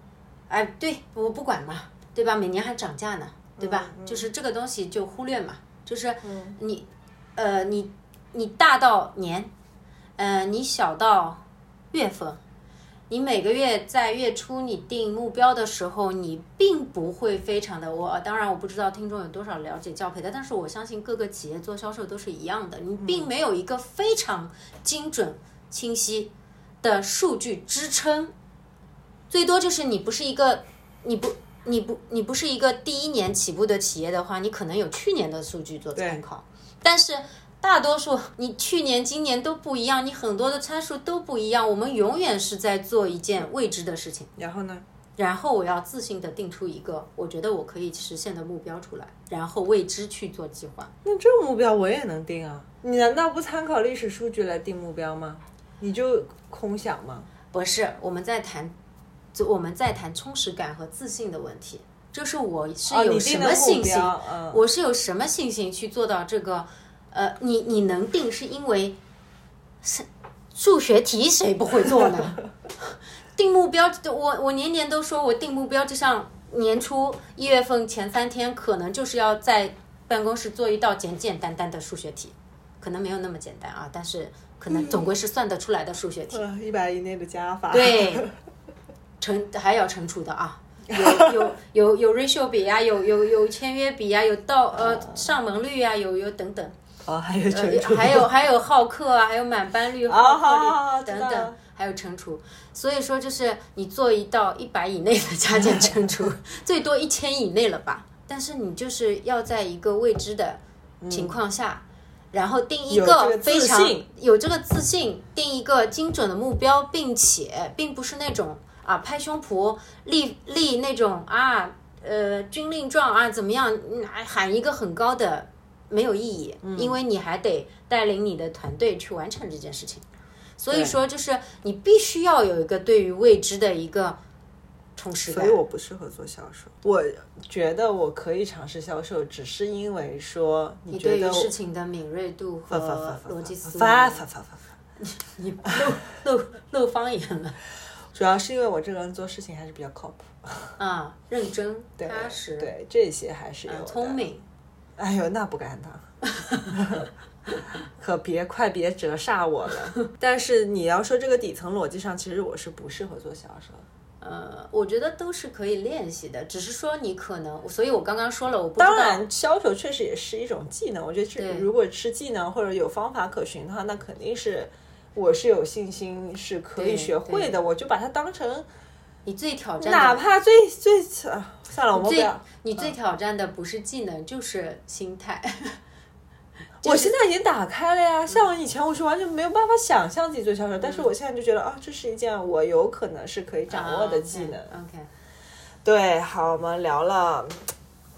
哎，对我不管嘛，对吧？每年还涨价呢，对吧？就是这个东西就忽略嘛，就是你，呃，你你大到年，呃，你小到月份，你每个月在月初你定目标的时候，你并不会非常的我。当然，我不知道听众有多少了解教培的，但是我相信各个企业做销售都是一样的，你并没有一个非常精准、清晰的数据支撑。最多就是你不是一个，你不你不你不是一个第一年起步的企业的话，你可能有去年的数据做参考，但是大多数你去年、今年都不一样，你很多的参数都不一样。我们永远是在做一件未知的事情，
然后呢？
然后我要自信的定出一个我觉得我可以实现的目标出来，然后为之去做计划。
那这个目标我也能定啊？你难道不参考历史数据来定目标吗？你就空想吗？
不是，我们在谈，就我们在谈充实感和自信的问题。就是我是
哦，
有
你
什
定
么
的目
信心，
标，嗯，
我是有什么信心去做到这个？呃，你你能定是因为是数学题谁不会做呢？定目标，我我年年都说我定目标，就像年初一月份前三天，可能就是要在办公室做一道简简单单的数学题，可能没有那么简单啊，但是可能总归是算得出来的数学题。
呃，一百以内的加法，
对，乘还要乘除的啊，有有有有 ratio 比呀、有有有签约比呀、有到呃上门率呀、有有等等，
哦，还有乘
呃
除，
还有还有好客啊，还有满班率、
啊
好
好好
客
好
率
知道
等等
了。
还有乘除，所以说就是你做一道一百以内的 加减乘除，最多一千以内了吧？但是你就是要在一个未知的情况下，然后定
嗯
一
有这
个
个
非
自
常
信
有这个自信，定一个精准的目标，并且并不是那种啊拍胸脯立立那种啊呃军令状啊怎么样，嗯还喊一个很高的没有意义，
嗯
因为你还得带领你的团队去完成这件事情。所以
对
说，就是你必须要有一个对于未知的一个充实
所
感
以。我不适合做销售。我觉得我可以尝试销售，只是因为说你
你
觉
对
得
于
我
事情的敏锐度
发发发
和
发
逻辑思
发
维，
发发发发，
你漏漏漏方言了
主要是因为我这个人做事情还是比较靠谱，
啊！认真、
对
踏实、
对这些还是有
啊
的
聪。明，
哎呦，那不敢当。 可别快别折煞我了！但是你要说这个底层逻辑上，其实我是不适合做销售的。
呃，我觉得都是可以练习的，只是说你可能，所以我刚刚说了，我不知
当
道
然，销售确实也是一种技能。我觉得这
对
如果是技能或者有方法可循的话，那肯定是我是有信心是可
对
以学会
对
的。我就把它当成，
你最挑战的，
哪怕最最啊算了，我们不
最
要。
你最挑战的不是技能，就是心态。
我现在已经打开了呀，像我以前我是完全没有办法想象自己做销售，但是我现在就觉得啊，这是一件我有可能是可以掌握嗯的技能。
OK，,
对，好，我们聊了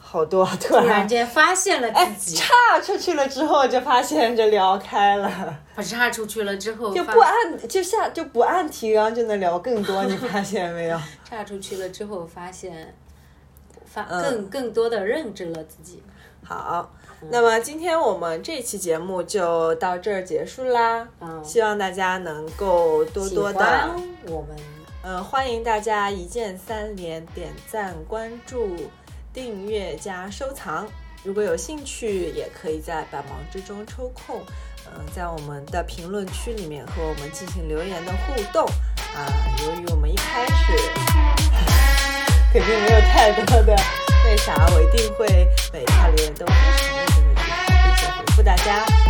好多，突
突然
然
间发现了自 己，
岔出去了之后，就发现就聊开了。
可是他出去了之后，
就
发
不按就下就不按提纲就能聊更多，你发现没 有？
岔出去了之后，发现发
嗯
更更多的认知了自己。
好，那么今天我们这期节目就到这儿结束啦。
嗯
希望大家能够多多
喜欢
的，
我们
嗯，欢迎大家一键三连，点赞、关注、订阅加收藏。如果有兴趣，也可以在百忙之中抽空，嗯、在我们的评论区里面和我们进行留言的互动。啊，由于我们一开始肯定没有太多的那啥，我一定会每一条留言都非常认真的去看，并且回复大家。